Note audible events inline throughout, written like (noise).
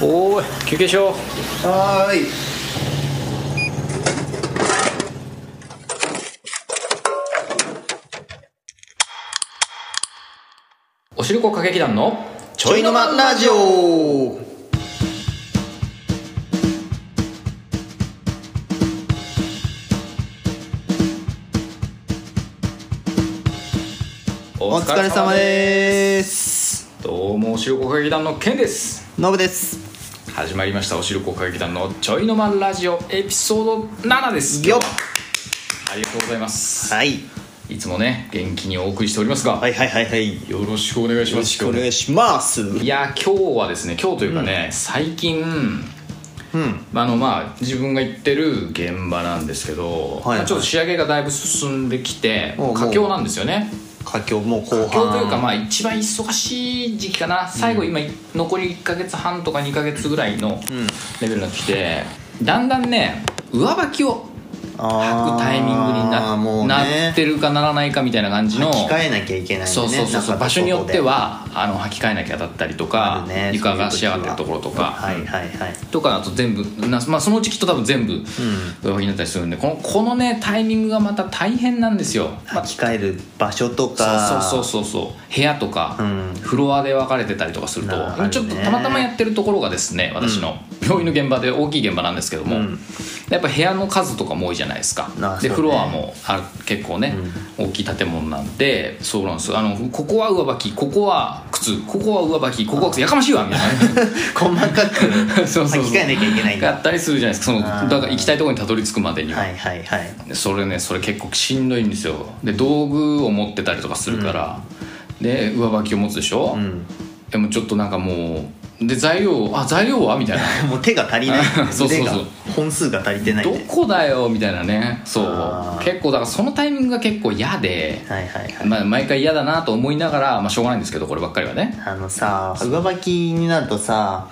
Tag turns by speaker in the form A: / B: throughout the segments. A: おお休憩しよう
B: はーい
A: おしるこ歌劇団のち
B: ちょいのまんラジオ
A: お
B: お疲れ様です
A: どうもおしるこ歌劇団のケンです
B: ノブです
A: 始まりましたおしるこ歌劇団のちょいのまんラジオエピソード7です
B: よっ
A: ありがとうございます
B: はい
A: いつもね元気にお送りしておりますが、
B: はいはいはいはいよ
A: よろしくお願いしま
B: ろ
A: す
B: しくお願いします
A: いや今日はですね今日というかね、最近
B: うん
A: あのまあ自分が行ってる現場なんですけど、
B: はいはい
A: まあちょっと仕上げがだいぶ進んできて
B: おうおう
A: 佳境なんですよね
B: 佳境もう後半
A: 佳境というかまあ一番忙しい時期かな最後今残り1ヶ月半とか2ヶ月ぐらいのレベルになってきてだんだんね上履きを履くタイミングにな,、
B: あーもうね
A: なってるかならないかみたいな感じの
B: 履き替えなきゃいけないんでね
A: そうそうそうそう
B: 中
A: 場
B: と外
A: 所によって
B: で
A: はあの履き替えなきゃだったりと
B: あ
A: か、
B: るね
A: 床が仕上がってるところとか、
B: はいはいはい
A: とかだと全部な、まあ、そのうちきっと多分全部上履きになったりするんでこのこのねタイミングがまた大変なんですよ、ま
B: 履き替える場所と
A: あ、
B: か
A: そうそうそうそうそう部屋とか、
B: うん
A: フロアで分かれてたりとかすると
B: なるほどね
A: ちょっとたまたまやってるところがですね私の病院の現場で大きい現場なんですけども、
B: うん
A: やっぱ部屋の数とかも多いじゃないですか
B: なあ
A: で、
B: そうね
A: フロアもある結構ね、大きい建物なんでそうなんですあのここは上履きここは靴ここは上履きここは靴やかましいわみたいな。
B: 細かく (laughs)
A: そうそうそう
B: 履き替えなきゃいけないん
A: や
B: だ
A: ったりするじゃないですかその
B: あー
A: だから行きたいところにたどり着くまでには、
B: はいはいはい
A: それねそれ結構しんどいんですよで道具を持ってたりとかするから、で上履きを持つでしょ、
B: うん
A: でもちょっとなんかもうで材料あ材料はみたいな
B: (laughs) もう手が足りない
A: そうそうそう
B: 腕が本数が足りてない
A: ど
B: んで
A: こだよみたいなねそ
B: あ
A: う
B: ー
A: 結構だからそのタイミングが結構嫌で、
B: はいはいはい
A: まあ、毎回嫌だなと思いながら、まあ、しょうがないんですけどこればっかりはね
B: あのさ上履きになるとさ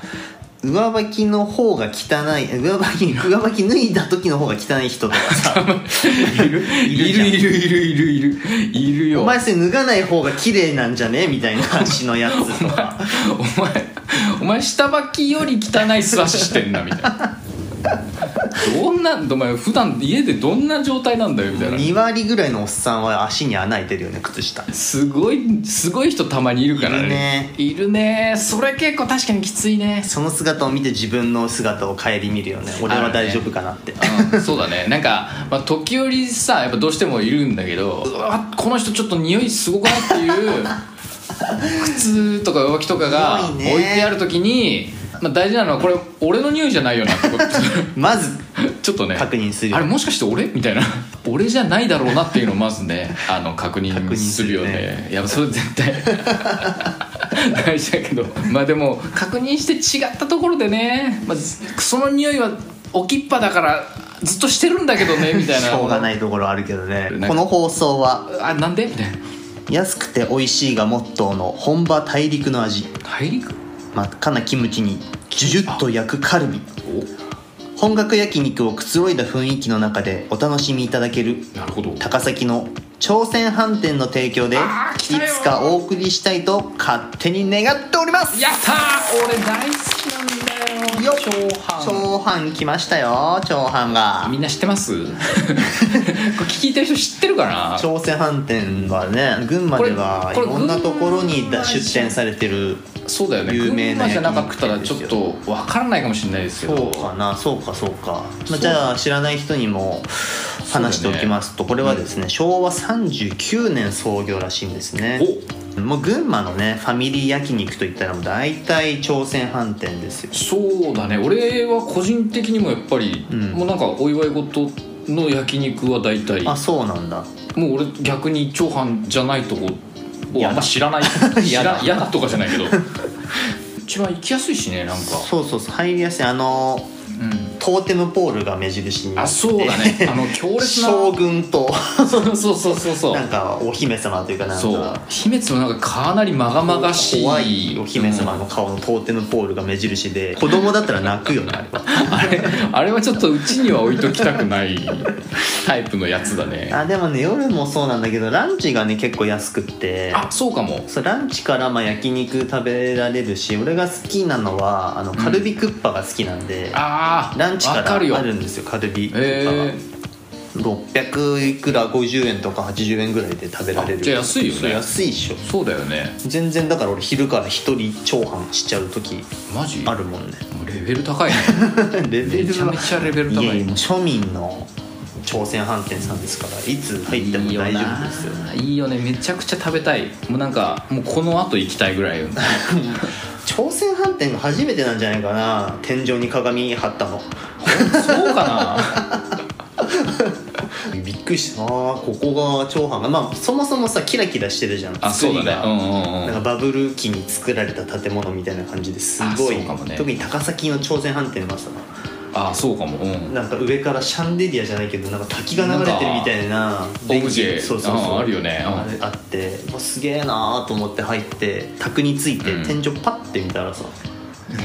B: 上履きの方が汚い上履き上履き脱いだ時の方が汚い人とか
A: (laughs)
B: さいる
A: いるい
B: じゃん
A: る (laughs) いるいるいるいるいるよ
B: お前それ脱がない方が綺麗なんじゃねみたいな話のやつと
A: (laughs)
B: か
A: お前お前下履きより汚い素足してんなみたいなどんなお前普段家でどんな状態なんだよみたいな
B: 2割ぐらいのおっさんは足に穴開いてるよね靴下
A: すごいすごい人たまにいるからねいるねそれ結構確かにきついね
B: その姿を見て自分の姿を顧みるよね俺は大丈夫かなって、
A: うんそうだねなんか、まあ、時折さやっぱどうしてもいるんだけどうわこの人ちょっと匂いすごくないっていう靴とか上着とかが置
B: 匂
A: い
B: いね
A: てある時に、まあ、大事なのはこれ俺の匂いじゃないよなってこと
B: まず
A: (laughs) ちょっとね
B: 確認する
A: あれもしかして俺みたいな俺じゃないだろうなっていうのをまず
B: (laughs)
A: ねあの確認
B: 認
A: す
B: す
A: る
B: る
A: よ
B: よね
A: ねいやそれ絶対 (laughs) 大事だけどまあでも確認して違ったところでね、まあ、ずその匂いは置きっぱだからずっとしてるんだけど
B: (laughs)
A: ねみたいな
B: しょうがないところあるけどね
A: なんか
B: この放送は
A: あなんでみたいな
B: 安くて美味しいがモットーの本場大陸の味
A: 大陸
B: 真っ赤なキムチにジュジュッと焼くカルビ本格焼肉をくつろいだ雰囲気の中でお楽しみいただける
A: おなるほど
B: 高崎の朝鮮飯店の提供でい
A: あー来たよ
B: つかお送りしたいと勝手に願っております
A: やったー俺大好きなんだよ
B: よっ
A: 長飯
B: 長飯来ましたよ長飯が
A: みんな知ってます (laughs) これ聞いてる人知ってるかな
B: 朝鮮飯店はね群馬では
A: こ
B: い
A: れこれ
B: ろんなところに
A: 群馬
B: 出店されてる
A: そうだよね
B: 有名
A: 群
B: な
A: 馬じゃなか
B: 焼
A: った
B: 肉
A: ら
B: 店で
A: ち
B: す
A: ょっ
B: よ
A: とわからないかもしれないですけど
B: そうかなそうかそうか、
A: そう
B: まあ、じゃあ知らない人にも話しておきますと、これはですね、昭和39年創業らしいんですねもう群馬のねファミリー焼肉といったらもう大体朝鮮飯店ですよ
A: おそうだね俺は個人的にもやっぱり、
B: ん
A: もうなんかお祝い事の焼肉は大体
B: あそうなんだ
A: もう俺逆に長飯じゃないとこをあんま知らない知
B: (laughs) 嫌
A: ら
B: だ
A: 嫌だとかじ (laughs) ゃないけど一番行きやすいしねなんか
B: そうそうそう入りやすいあの
A: うん
B: トーテムポールが目印にな
A: あ
B: ってて
A: そうだねあの強烈
B: (laughs)
A: な
B: 将軍と
A: そうそうそうそうそう
B: なんかお姫様というかなんか
A: そう姫津のなんかかなりまがまがしい
B: 怖いお姫様
A: うん
B: の顔のトーテムポールが目印で子供だったら泣くよねあれは
A: あれ (laughs) あれはちょっとうちには置いときたくないタイプのやつだね
B: あでもね夜もそうなんだけどランチがね結構安くって
A: あそうかも
B: そうランチからまあ焼肉食べられるし俺が好きなのはあのカルビクッパが好きなんで、
A: ああ
B: ランチからあ
A: るよ
B: るんですよカルビクッパが、
A: え
B: 600いくら50円とか80円ぐらいで食べられる
A: あじゃあ安いよね
B: そう安いっしょ
A: ー、そうだよね
B: 全然だから俺昼から一人長飯しちゃう時
A: マジ
B: あるも
A: (laughs)
B: んね
A: レベル高
B: (laughs)
A: いね
B: レベルは
A: めちゃめちゃレベル高い
B: ややもう庶民の朝鮮飯店さんですからいつ入っても大丈夫ですよ
A: いいよないいよねめちゃくちゃ食べたいもうなんかもうこの後行きたいぐらいよ
B: 朝鮮飯店が初めてなんじゃないかな天井に鏡貼ったの
A: そう
B: (laughs)
A: か
B: びっくりしたあーここが長飯がまあそもそもさキラキラしてるじゃん
A: なあそうだねうんうんうん
B: なんかバブル期に作られた建物みたいな感じですご
A: あそ
B: いう
A: かもね
B: 特に高崎の朝鮮飯店はさ
A: あそうかもうん
B: なんか上からシャンデリアじゃないけどなんか滝が流れてるみたいな
A: オブジェ
B: そうそうそう
A: ああるよねうん
B: あれあってうわすげえなーと思って入って卓について
A: うん
B: 天井パッて見たらさ、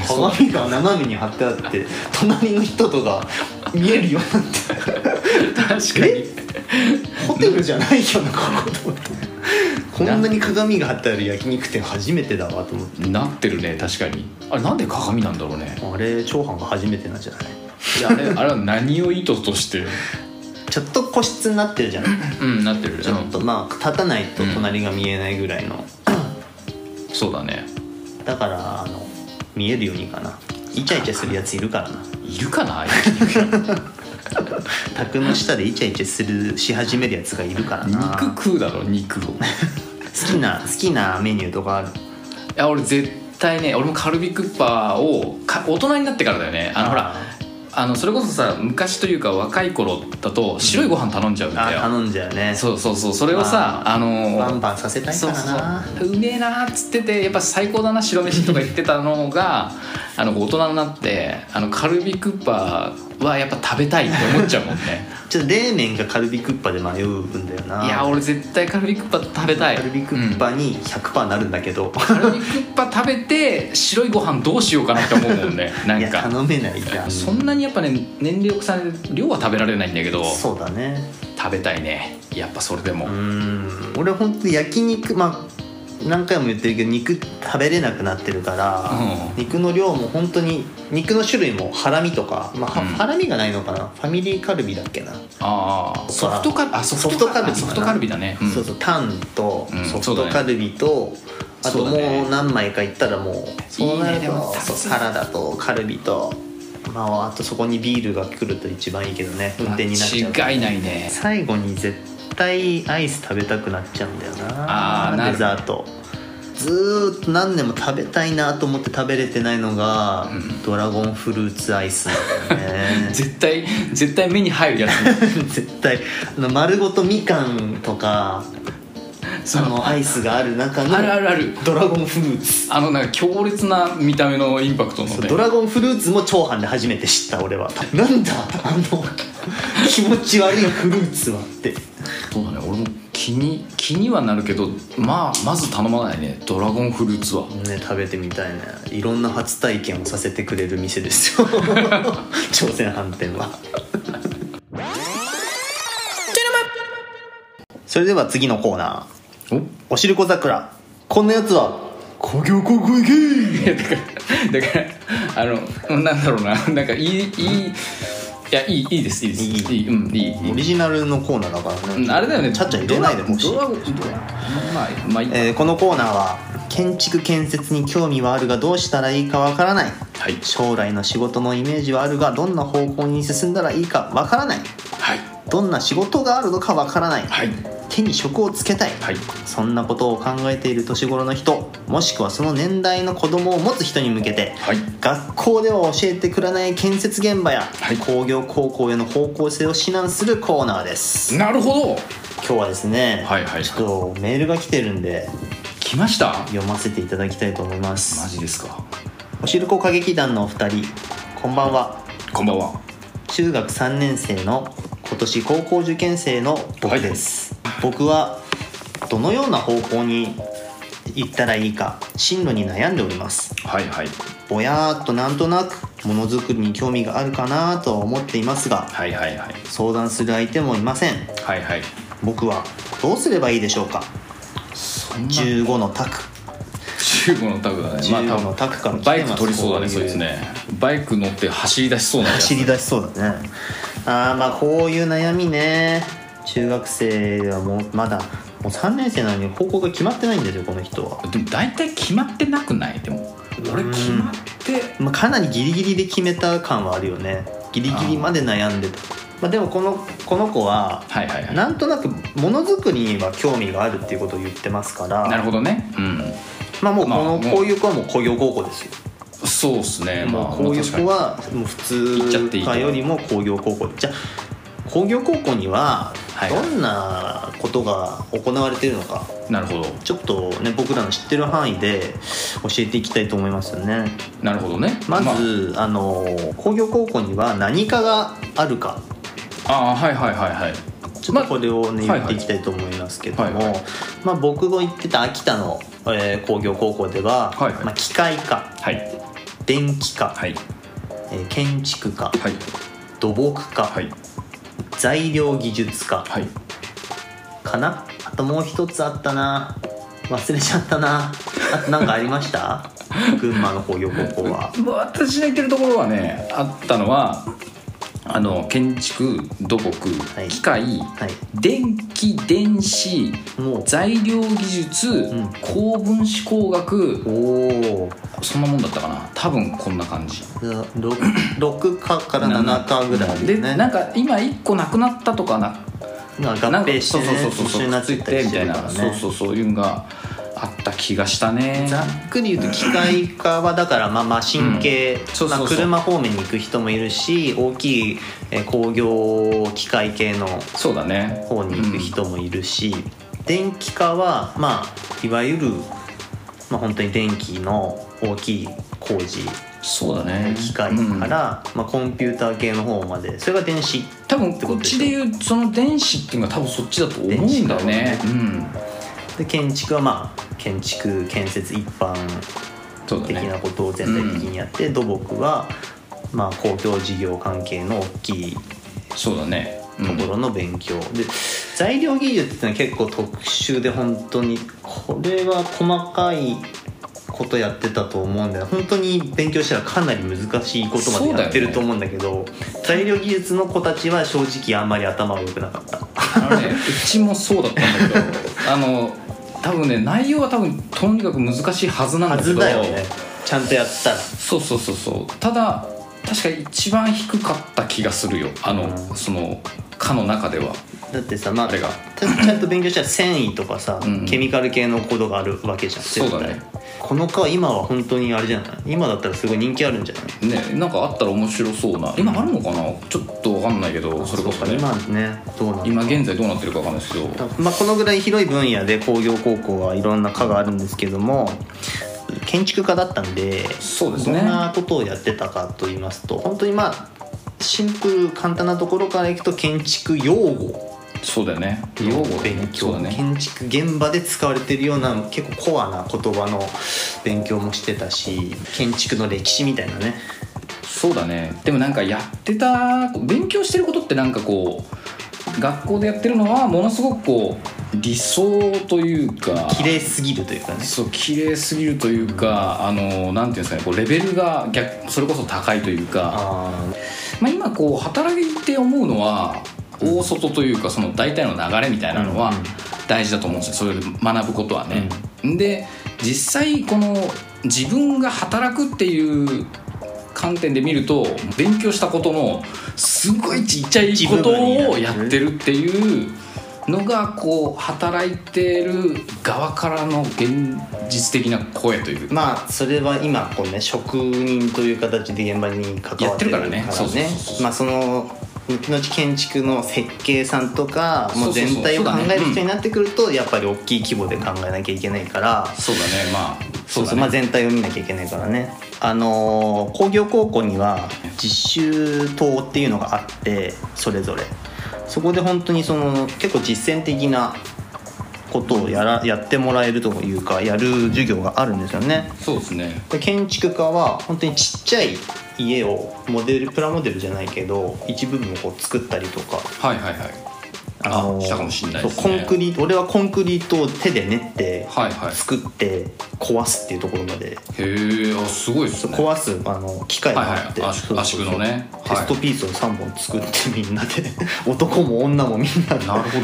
A: そう
B: 鏡が斜めに貼ってあって隣の人とか見えるようになって
A: 確かに
B: ホテルじゃないよなここと思ってこんなに鏡が貼ってある焼肉店初めてだわと思って
A: なってるね確かにあれなんで鏡なんだろうね
B: あれ長飯が初めてなんじゃない
A: いやあれあれは何を意図として
B: ちょっと個室になってるじゃん
A: うんなってる
B: ちょっとまあ立たないと隣が見えないぐらいの、
A: そうだね
B: だからあの見えるようにかなイチャイチャするやついるからない
A: るかな焼肉
B: 卓の下でイチャイチャするし始めるやつがいるからな
A: 肉食うだろ肉を
B: 好きな好きなメニューとかある
A: いや俺絶対ね俺もカルビクッパーをか大人になってからだよねあのほらあのそれこそさ昔というか若い頃だと白いご飯頼んじゃうん
B: あ
A: だよ、
B: 頼んじゃうね
A: そうそうそうそれをさ
B: ま
A: あのー
B: バンバンさせたいか
A: そう
B: らな
A: そううめえなーっつっててやっぱ最高だな白飯とか言ってたのがあの大人になってあのカルビクッパーはやっぱ食べたいって思っちゃうもんね
B: ちょっと冷麺かカルビクッパで迷うんだよないい
A: や俺絶対カルビクッパー食べたい
B: カルビクッ
A: ー、
B: パに100%なるんだけど、
A: うんカルビクッパー食べて白いご飯どうしようかなって思うもんねないん
B: や
A: か
B: 頼め (laughs) ないじゃん
A: そんなにやっぱね年齢を重ねて量は食べられないんだけど
B: そうだね
A: 食べたいねやっぱそれでも、
B: うーん俺本当に焼肉まあ何回も言ってるけど肉食べれなくなってるから、
A: う
B: 肉の量も本当に肉の種類もハラミとか、まあは
A: うん
B: ハラミがないのかなファミリーカルビだっけな、
A: ああソフトカルビあソフトカルビ
B: ソ
A: ソ
B: フ
A: フ
B: ト
A: ト
B: カ
A: カ
B: ル
A: ル
B: ビ
A: ビ
B: だ
A: だね、
B: そうそうタンと
A: うん
B: ソフトカルビと、あ
A: そ
B: と
A: うだ
B: も
A: ね
B: う何枚か行ったらもうそうなると
A: でも
B: そうサラダとカルビとまああとそこにビールが来ると一番いいけどね運転になっちゃうから
A: 間違いないね
B: 最後に絶対アイス食べたくなっちゃうんだよな
A: あーなる
B: デザートずーっと何年も食べたいなと思って食べれてないのが、
A: うん
B: ドラゴンフルーツアイスなんだ
A: (laughs)
B: よね
A: 絶対絶対目に入るやつ
B: 絶対あの丸ごとみかんとか (laughs) そのアイスがある中の
A: あるあるある
B: ドラゴンフルーツ
A: あのなんか強烈な見た目のインパクトの
B: そうド
A: ね
B: ラゴンフルーツも長飯で初めて知った俺はなんだあの気持ち悪いフルーツはって
A: そうだね俺も気に気にはなるけどまあまず頼まないねドラゴンフルーツは
B: ね食べてみたいねいろんな初体験をさせてくれる店ですよ (laughs) 朝鮮飯店はそれでは次のコーナー
A: (laughs) お
B: おしるこ桜こんなやつは工業高校行け
A: だからだからあのなんだろうななんかいいいいいやいいいいですいいです
B: いい
A: いいうんいいいい
B: オリジナルのコーナーだから
A: うん
B: ね
A: あれだよね
B: ちゃっちゃ入れないで
A: ドラ
B: ほしい
A: ドラゴンドラまあまあいい
B: えーこのコーナーは建築建設に興味はあるがどうしたらいいかわからない、
A: はい
B: 将来の仕事のイメージはあるがどんな方向に進んだらいいかわからない
A: はい
B: どんな仕事があるのかわからない、
A: はい
B: 手に職をつけたい、
A: はい
B: そんなことを考えている年頃の人もしくはその年代の子供を持つ人に向けて、
A: はい
B: 学校では教えてくれない建設現場や、
A: はい
B: 工業高校への方向性を指南するコーナーです
A: なるほど
B: 今日はですね、
A: はいはい
B: ちょっとメールが来てるんで
A: 来ました
B: 読ませていただきたいと思いま
A: マ
B: す
A: ジですか
B: おしるこ歌劇団のお二人こんばんは
A: こんばんは
B: 中学3年生の今年高校受験生の僕です、僕はどのような方向に行ったらいいか進路に悩んでおります
A: はいはい
B: ぼやーっとなんとなくものづくりに興味があるかなとは思っていますが
A: はいはいはい
B: 相談する相手もいません
A: はいはい
B: 僕はどうすればいいでしょうか
A: そんな
B: 15のタク
A: 15のタグだねまあ多
B: 15
A: 分
B: のタクから来てます
A: バイク取りそうだね
B: こ
A: そう
B: いう
A: いつねバイク乗って走り出しそうなやつ
B: 走り出しそうだねああまあこういう悩みね中学生ではもうまだもう3年生なのに高校が決まってないんですよこの人は、
A: でも大体決まってなくないでも俺
B: うん
A: 決まって
B: まあ、かなりギリギリで決めた感はあるよねギリギリまで悩んでたまあ、でもこのこの子は
A: はいはいはい
B: なんとなくものづくりには興味があるっていうことを言ってますから
A: なるほどねうん
B: まあもうこの、
A: まあもう
B: こういう子はもう工業高校ですよ
A: そうっすねまあ
B: もうこういう子
A: まあ
B: はもう普
A: 行っちゃっていい
B: 通科よりも工業高校じゃあ工業高校には
A: はい
B: どんなことが行われてるのか、
A: 確かになるほど
B: ちょっとね僕らの知ってる範囲で教えていきたいと思いますよね
A: なるほどね
B: まず、あ、の工業高校には何かがあるか
A: ああーはいはいはいはい
B: ちょっ
A: ま
B: とこれをね、
A: はい
B: 言
A: は
B: っ
A: い
B: ていきたいと思いますけども、
A: はいはい
B: まあ、僕が行ってた秋田の、えー工業高校では、
A: はいはい
B: まあ、機械科
A: はい
B: 電気科、
A: はい
B: えー建築科
A: はい
B: 土木科、
A: はい
B: 材料技術科
A: はい
B: かなあともう一つあったな忘れちゃったなあと何かありました
A: (laughs)
B: 群馬の工業高校は
A: まあ私が行ってるところはねあったのはあの建築土木、
B: い
A: 機械
B: はい
A: 電気電子
B: もう
A: 材料技術、
B: ん
A: 高分子工学
B: おお
A: そんなもんだったかな多分こんな感じ
B: 6, 六課から7課ぐらいある
A: で
B: よね
A: なんか今1個なくなったとかな
B: なんか合
A: なんか
B: 併して、ね、
A: そうそうそう
B: 一緒
A: そう
B: になってたり
A: み
B: して
A: たい
B: るか
A: な、
B: らね
A: そうそうそういうのがあった気がしたね
B: ざっくり言うと機械化はだからまあマシン系
A: んそうそうそう
B: まあ車方面に行く人もいるし大きいえー工業機械系の
A: そうだね
B: 方に行く人もいるし、電気化はまあいわゆる、まあ、本当に電気の大きい工事
A: そうだね
B: 機械か、ら、まあ、コンピューター系の方までそれが電子
A: うん多分こっちでいうその電子っていうのは多分そっちだと思うんだよね
B: 電
A: うん
B: で建築はまあ建築建設一般
A: そうだ
B: 的な
A: ね
B: ことを全体的にやって、土木はまあ公共事業関係の大きい
A: そうだね、うん
B: ところの勉強、で材料技術ってのは結構特殊で本当にこれは細かいことやってたと思うんだよ本当に勉強したらかなり難しいことまでやってると思うんだけど材料技術の子たちは正直あんまり頭が良くなかった
A: あのね、うちもそうだったんだけどあの多分ね内容は多分とにかく難しいはずなん
B: は
A: だけ
B: ず
A: ど
B: だよねちゃんとやったら
A: そうそうそうそうただ確か一番低かった気がするよあの、
B: うん
A: その科の中では
B: だってさまあ
A: あれが
B: ちゃんちゃんと勉強したら繊維とかさ、
A: うん
B: ケミカル系のことがあるわけじゃん
A: そうだね
B: この科は今は本当にあれじゃない今だったらすごい人気あるんじゃない
A: ねなんかあったら面白そうな今あるのかなちょっと分かんないけどそれこそね
B: 今ねどうなんだ
A: 今現在どうなってるか分かんないですけど
B: まあ、このぐらい広い分野で工業高校はいろんな科があるんですけども建築家だったんで
A: そうですね
B: どんなことをやってたかと言いますと本当にまあシンプル簡単なところからいくと建築用語
A: そうだよね
B: の
A: 用語だよ
B: 勉
A: ねそう
B: 強、
A: だね
B: 建築現場で使われてるような結構コアな言葉の勉強もしてたし建築の歴史みたいなね
A: そうだねでもなんかやってた勉強してることってなんかこう学校でやってるのはものすごくこう理想というか
B: 綺麗すぎるというかね
A: そう綺麗すぎるというかあのなんていうんですかねこうレベルが逆それこそ高いというか
B: あ
A: まあ、今こう働いて思うのは大外というかその大体の流れみたいなのは
B: うんうん
A: 大事だと思うんですよそれで学ぶことはね。で実際この自分が働くっていう観点で見ると勉強したことのすごいちっちゃいことをやってるっていうのがこう働いてる側からの現実的な声という
B: ーまあそれは今こうね職人という形で現場に関わってるからね
A: やってるからねそうそうそうそう
B: まあその後々建築の設計さんとかもう
A: そうそうそう
B: 全体を考える
A: そうだね
B: 人になってくるとやっぱり大きい規模で考えなきゃいけないから
A: そうだねまあ
B: そう
A: だ
B: そうまあ全体を見なきゃいけないからねあのー工業高校には実習棟っていうのがあってそれぞれそこで本当にその結構実践的なことをやらやってもらえるというかやる授業があるんですよね
A: そうですね
B: で建築家は本当にちっちゃい家をモデルプラモデルじゃないけど一部分をこう作ったりとか
A: はいはいはい
B: あ
A: あしたかもしんないですね
B: そうコンクリート俺はコンクリートを手で練って
A: はいはい
B: 作って壊すっていうところまで
A: へえあすごいです
B: そう
A: ね
B: 壊すあの機械があって
A: はいはい圧
B: そうそうそう
A: 圧縮のね
B: テストピースを3本作ってみんなで (laughs) 男も女もみんなで
A: なるほ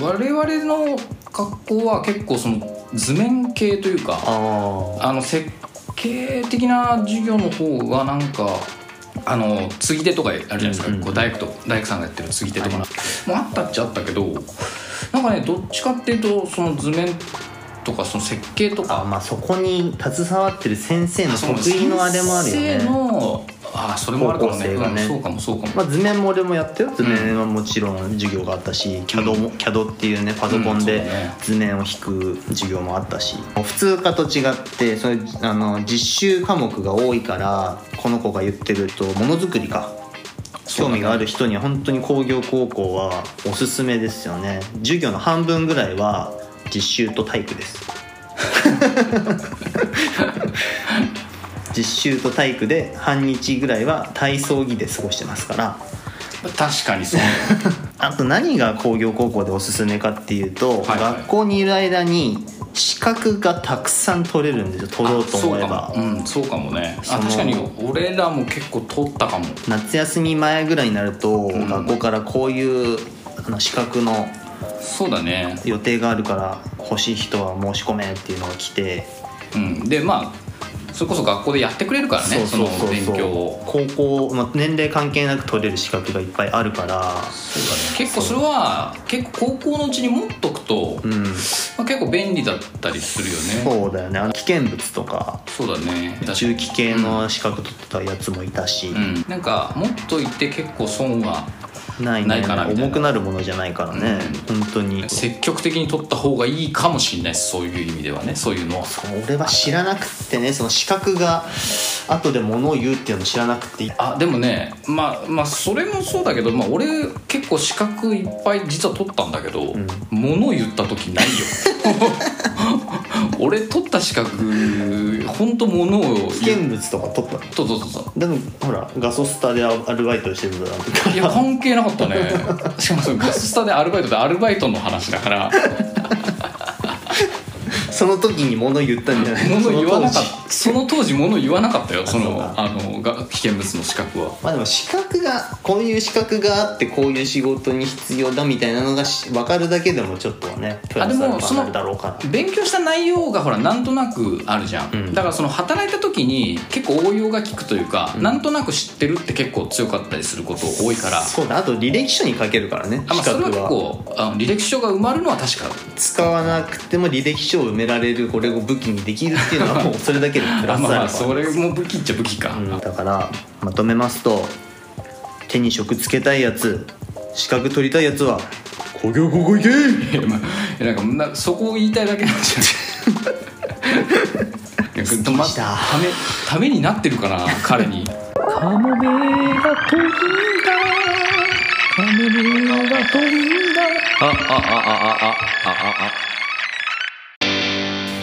A: ど我々の学校は結構その図面系というか
B: あ
A: あの設計的な授業の方はなんかあの継ぎ手とかあるじゃないですか、
B: うんうんうん
A: こう大工と大工さんがやってる継ぎ手とかな、もうあったっちゃあったけどなんかねどっちかっていうとその図面とかその設計と
B: あ
A: か
B: まあそこに携わってる先生の得意のあれもあるよ
A: 先生
B: ね
A: のあそれもあるかもね
B: 方向性がね
A: うんそうかもそうかも、
B: まあ、図面も俺もやったよ図面はもちろん授業があったし、CAD, も CAD っていうねパソコン
A: うんそ
B: で
A: うだね
B: 図面を引く授業もあったし普通科と違ってそういうあの実習科目が多いからこの子が言ってるとものづくりか
A: そうだ
B: 興
A: ね
B: 味がある人には本当に工業高校はおすすめですよね授業の半分ぐらいは実習と体育です
A: (laughs)
B: 実習と体育で半日ぐらいは体操着で過ごしてますから
A: 確かにそう
B: あと何が工業高校でおすすめかっていうと、
A: はいはい
B: 学校にいる間に資格がたくさん取れるんですよ取ろうと思え
A: あそ
B: ば
A: うかも,、うん、そうかもね
B: そ
A: あ
B: の
A: 確かに俺らも結構通ったかも
B: 夏休み前ぐらいになると、
A: ん
B: 学校からこういうあの資格の
A: そうだね
B: 予定があるから欲しい人は申し込めっていうのが来て、
A: うん、でまあそれこそ学校でやってくれるからねその勉強を
B: 高校、まあ、年齢関係なく取れる資格がいっぱいあるから
A: そうだね結構それは結構高校のうちに持っとくと、
B: う
A: ま
B: ん
A: あ、結構便利だったりするよね
B: そうだよねあの危険物とか
A: そうだね確か
B: 中
A: に
B: 期系の資格取ってたやつもいたし、
A: うん、なんか持っといて結構損は
B: ないね
A: ないかなみたいな
B: 重くなるものじゃないからね、本当に
A: 積極的に取った方がいいかもしれないですそういう意味ではねそういうのは
B: 俺は知らなくってねその資格が後で物を言うっていうの知らなくて
A: あでもねまあまあそれもそうだけど、まあ、俺結構資格いっぱい実は取ったんだけど、
B: ん
A: 物言った時ないよ (laughs) 俺取った資格本当物を言う
B: 危険物とか取ったの
A: そうそうそうそう
B: でもほらガソスタでアルバイトしてたなんて (laughs)
A: いや関係なかったねしかもそのガススタでアルバイトでアルバイトの話だから
B: その時に物言ったんじゃない
A: 物言わな
B: (laughs) そ
A: か
B: の
A: ったその
B: 当時
A: 当時物言わなかったよそ
B: そう
A: の
B: か
A: あのが危険物の資格は
B: まあでも資格がこういう資格があってこういう仕事に必要だみたいなのがし分かるだけでもちょっとはねプラスアルファになるだろうか
A: 勉強した内容がほらなんとなくあるじゃん、
B: うん
A: だからその働いた時に結構応用が効くというか、
B: うん
A: なんとなく知ってるって結構強かったりすること多いから
B: らそうだあと履歴書に書けるからね
A: あ、ま
B: 資
A: あ、それ
B: 格
A: は結
B: は
A: 構あの履歴書が埋まるのは確か
B: 使わなくても履歴書を埋められるこれを武器にできるっていうのはもうそれだけでプ
A: あ
B: ラス
A: まあま
B: ア
A: あ
B: ルファ
A: それも武器っちゃ武器か、
B: うんだからまとめますと手に職つけたいやつ資格取りたいやつは工業高校行け
A: いやまあいやなんかなそこを言いたいだけなんじゃないいや
B: っきりした
A: まためためになってるかな彼に
B: カモメが飛んだカモメが飛んだ
A: あああああああああ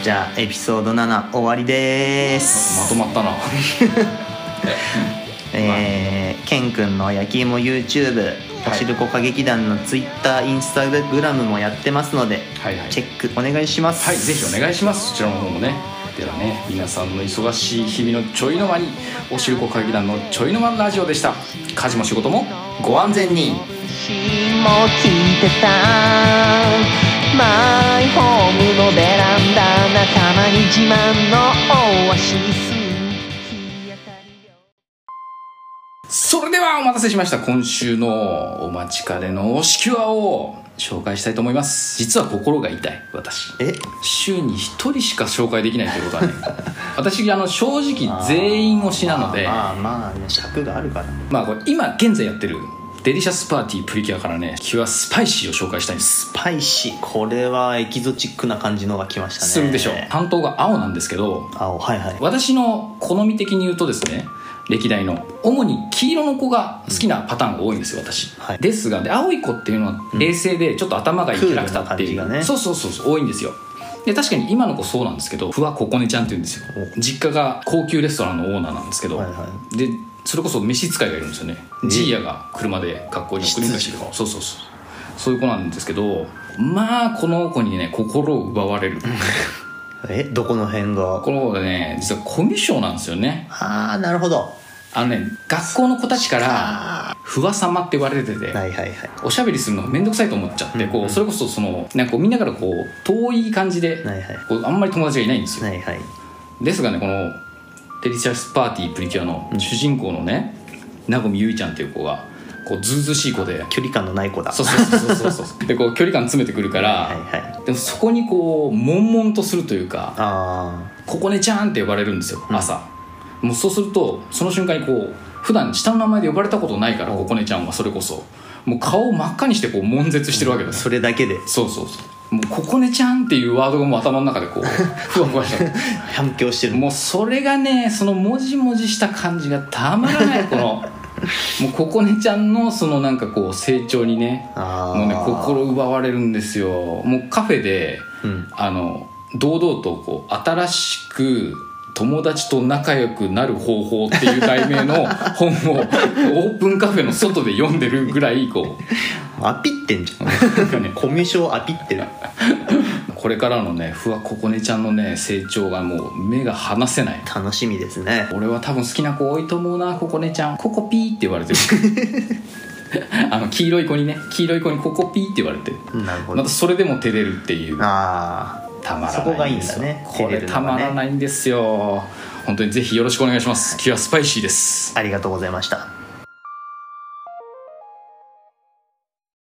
B: じゃあエピソード7終わりです
A: まとまったな
B: えー、ケンくんの焼き芋 YouTube おしるこ歌劇団の Twitter、Instagram もやってますので
A: はいはい
B: チェックお願いします
A: はい、ぜひお願いします。そちらの方もね。ではね、皆さんの忙しい日々のちょいの間に、おしるこ歌劇団のちょいの間ラジオでした。家事も仕事もご安全に。
C: 私も聞いてたマイホームのベランダ仲間に自慢のオアシス日当たりよ
A: それではお待たせしました。今週のお待ちかねのおしきゅわを紹介したいと思います。実は心が痛い、私。
B: え
A: 週に一人しか紹介できないということはね (laughs) 私あの正直全員推しなので
B: まあまあね尺があるから
A: まあこれ今現在やってるデリシャスパーティープリキュアからねキュアスパイシーを紹介したいんです
B: スパイシーこれはエキゾチックな感じのが来ましたね
A: するでしょう担当が青なんですけど
B: 青はいはい
A: 私の好み的に言うとですね歴代の主に黄色の子が好きなパターンが多いんですよ私、
B: はい
A: ですがで青い子っていうのは冷静でちょっと頭がいいキャラクターってい
B: クールな
A: う、
B: 感じがね
A: そうそうそうそう多いんですよで確かに今の子そうなんですけどふわここねちゃんっていうんですよ
B: お
A: 実家が高級レストランのオーナーなんですけど、
B: はいは
A: でそれこそ飯使いがいるんですよねジーヤが車で学校に送り迎えしてるそうそうそうそういう子なんですけどまあこの子にね心を奪われる
B: えどこの辺が
A: この子がね実はコミュ障なんですよね
B: ああなるほど
A: あのね学校の子たちから
B: あ
A: 「不破様」って言われてて、
B: ーはいはいはい
A: おしゃべりするのが面倒くさいと思っちゃって、
B: うん
A: こうそれこそそのなんかこうみんなからこう遠い感じで、
B: はいはい
A: こうあんまり友達がいないんですよ、
B: はいはい
A: ですがねこの「デリシャスパーティープリキュア」の主人公のね名込ゆいちゃんっていう子がこうずうずうしい子で
B: 距離感のない子だ
A: そうそうそうそうそう
B: (laughs)
A: そうでこう距離感詰めてくるから、
B: はいはい
A: でもそこにこう悶々とするというか
B: あ
A: 「ここねちゃん」って呼ばれるんですよ
B: うん
A: 朝、もうそうするとその瞬間にこう普段下の名前で呼ばれたことないからここねちゃんはそれこそもう顔を真っ赤にしてこう悶絶してるわけだ
B: あ
A: そ
B: それだけで
A: そうそうそうもう「ここねちゃん」っていうワードがもう頭の中で (laughs) こうふわふわしちゃう
B: 反響してる
A: もうそれがねそのもじもじした感じがたまらないこ (laughs) のもうここねちゃんのそのなんかこう成長にね
B: ああ
A: もうね心奪われるんですよもうカフェで
B: うん
A: あの堂々とこう新しく友達と仲良くなる方法っていう題名
B: (laughs)
A: の本をオープンカフェの外で読んでるぐらいこ
B: アピってんじゃん
A: うなんかね
B: コミュ障アピってる
A: これからのねふわここねちゃんのね成長がもう目が離せない
B: 楽しみですね
A: 俺は多分好きな子多いと思うなここねちゃんココピーって言われ
B: (laughs)
A: てるあの黄色い子にね黄色い子にココピーって言われて
B: なるほ
A: ま
B: ど
A: たそれでも照れるっていう
B: ああ
A: たまらない
B: そこがいいんだね
A: こ
B: 照
A: れ
B: れるの
A: た
B: がね
A: まらないんですよ本当にぜひよろしくお願いしますキュアスパイシーです
B: ありがとうございました